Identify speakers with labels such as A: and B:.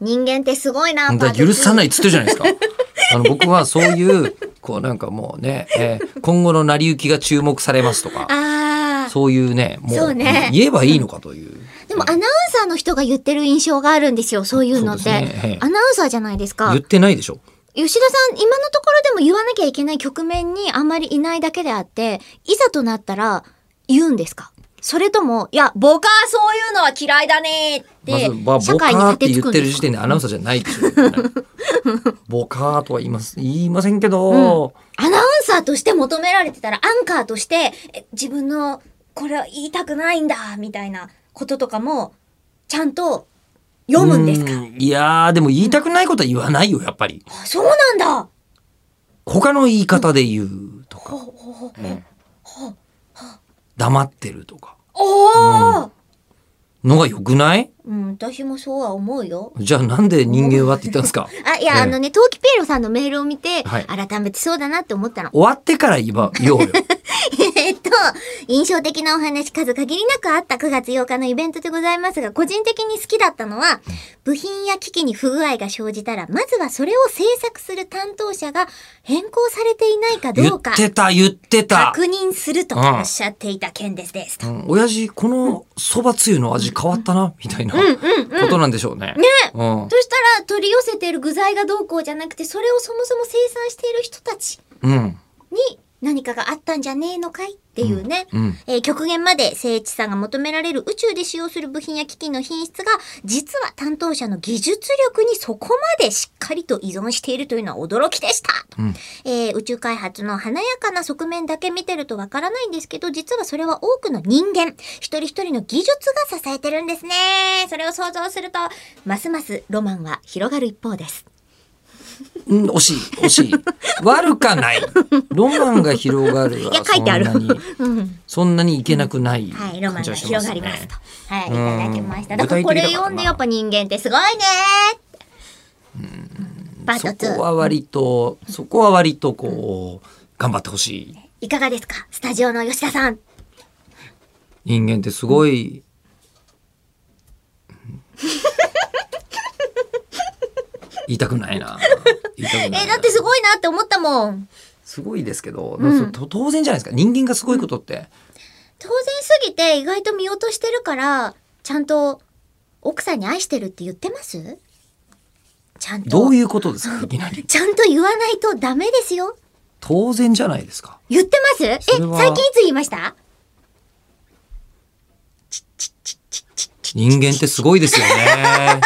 A: 人間ってすごいな
B: 本当は許さないっつってるじゃないですか。あの僕はそういうこうなんかもうね、えー今後の成り行きが注目されますとか
A: ああ
B: そういうねもう
A: そうね
B: 言えばいいのかという。
A: でもアナウンサーの人が言ってる印象があるんですよそういうのって
B: そうですねええ
A: アナウンサーじゃないですか
B: 言ってないでしょ。
A: 吉田さん今のところでも言わなきゃいけない局面にあんまりいないだけであっていざとなったら言うんですかそれともいや僕はそういうのは嫌いだね
B: まず
A: ー
B: まあ
A: って社
B: ボカ
A: 会に
B: ーっ
A: 立
B: て
A: てつ
B: 言
A: く
B: っ
A: ん
B: て
A: で
B: る
A: す
B: 時
A: か
B: 点でアナウンサーじゃないでしょ。ねボカーとは言います言いませんけど、
A: アナウンサーとして求められてたらアンカーとしてえ自分のこれは言いたくないんだみたいなこととかもちゃんと読むんですか
B: うーんいやーでも言いたくないことは言わないよやっぱり。
A: あそうなんだ
B: 他の言い方で言うとか、
A: ほうほうほう
B: 黙ってるとか
A: おー
B: のが良くない？
A: うん、私もそうは思うよ。
B: じゃあなんで人間はって言ったんで すか。
A: あ、い
B: ええ
A: や、あのね、トーキピエロさんのメールを見て、
B: はい
A: 改めてそうだなって思ったの。
B: 終わってから言えば言おうよ。
A: えっと、印象的なお話数限りなくあった9月8日のイベントでございますが、個人的に好きだったのは、部品や機器に不具合が生じたら、まずはそれを制作する担当者が変更されていないか
B: 言
A: どう
B: っ
A: か、
B: てた言ってた
A: 確。認すると
B: うん
A: おっしゃっていた件ですです。
B: う
A: ね、
B: ん、親父このそばつゆの味変わったなみたいなことなんでしょうね。うん
A: そしたら、取り寄せている具材がどうこうじゃなくて、それをそもそも生産している人たち
B: うん
A: に何かがあったんじゃねえのかいっていうね、
B: うん
A: えー極限まで聖地さんが求められる宇宙で使用する部品や機器の品質が実は担当者の技術力にそこまでしっかりと依存しているというのは驚きでした、
B: うん
A: えー宇宙開発の華やかな側面だけ見てるとわからないんですけど実はそれは多くの人間一人一人の技術が支えてるんですねそれを想像するとますますロマンは広がる一方です
B: うん惜しい惜し い悪かないロマンが広がる
A: いや
B: は
A: 書
B: そ
A: い
B: ん
A: て
B: な
A: ある
B: に
A: うん
B: そんなにいけなくない
A: はい、ロマ
B: 感
A: ン
B: じ
A: が
B: はしま
A: 広
B: す
A: がり
B: ね。
A: ますと。はい、い
B: うん
A: ただきました。だからこれ読んでやっぱ人間ってすごいねーパート
B: そ
A: 2、
B: こは割とそこは割とこう頑張ってほしい。
A: いかがですかスタジオの吉田さん。
B: 人間ってすごい。言いたくないな。言いたくないな
A: え、だってすごいなって思ったもん。
B: すごいですけど、
A: ん
B: でもそ当然じゃないですか。人間がすごいことって、
A: 当然すぎて意外と見落としてるから、ちゃんと奥さんに愛してるって言ってますちゃんと。
B: どういうことですか。いきなり。
A: ちゃんと言わないとダメですよ。
B: 当然じゃないですか。
A: 言ってますえ、
B: そ
A: 最
B: れは
A: 近いつ言いました
B: 人間ってすごいですよね。